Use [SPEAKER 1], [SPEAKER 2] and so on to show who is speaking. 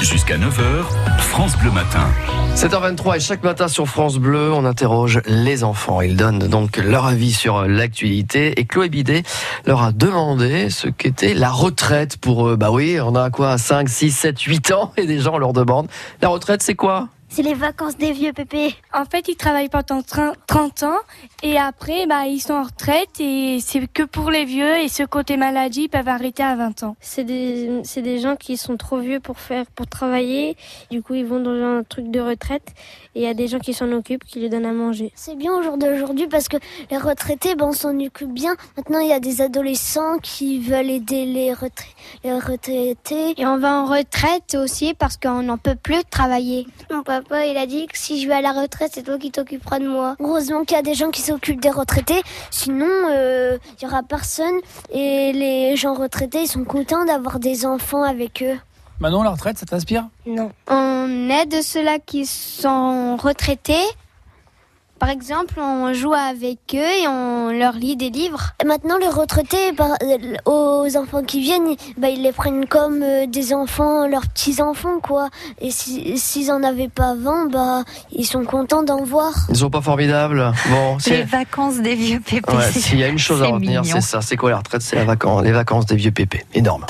[SPEAKER 1] Jusqu'à 9h, France Bleu Matin.
[SPEAKER 2] 7h23 et chaque matin sur France Bleu, on interroge les enfants. Ils donnent donc leur avis sur euh, l'actualité et Chloé Bidet leur a demandé ce qu'était la retraite pour eux. Bah oui, on a quoi 5, 6, 7, 8 ans et déjà on leur demande la retraite c'est quoi
[SPEAKER 3] C'est les vacances des vieux pépés.
[SPEAKER 4] En fait, ils travaillent pendant 30 30 ans et après, bah, ils sont en retraite et c'est que pour les vieux et ceux côté maladie ils peuvent arrêter à 20 ans.
[SPEAKER 5] C'est des, c'est des gens qui sont trop vieux pour faire, pour travailler. Du coup, ils vont dans un truc de retraite et il y a des gens qui s'en occupent, qui les donnent à manger.
[SPEAKER 3] C'est bien au jour d'aujourd'hui parce que les retraités, ben, on s'en occupe bien. Maintenant, il y a des adolescents qui veulent aider les, retra- les retraités.
[SPEAKER 6] Et on va en retraite aussi parce qu'on n'en peut plus de travailler.
[SPEAKER 7] Mon papa, il a dit que si je vais à la retraite, c'est toi qui t'occuperas de moi.
[SPEAKER 3] Heureusement qu'il y a des gens qui s'occupent des retraités. Sinon, euh, il y aura personne. Et les gens retraités, ils sont contents d'avoir des enfants avec eux.
[SPEAKER 8] Manon, la retraite, ça t'inspire
[SPEAKER 6] Non. On aide ceux-là qui sont retraités. Par exemple, on joue avec eux et on leur lit des livres.
[SPEAKER 3] Et maintenant, les retraités, par- euh, aux enfants qui viennent, bah, ils les prennent comme euh, des enfants, leurs petits-enfants, quoi. Et si- s'ils en avaient pas avant, bah, ils sont contents d'en voir.
[SPEAKER 2] Ils sont pas formidables. Bon,
[SPEAKER 9] Les
[SPEAKER 2] c'est
[SPEAKER 9] vacances des vieux pépés.
[SPEAKER 2] Ouais, s'il y a une chose à
[SPEAKER 9] C'est
[SPEAKER 2] retenir,
[SPEAKER 9] mignon.
[SPEAKER 2] c'est ça. C'est quoi la retraite C'est la vacance, les vacances des vieux pépés. Énorme.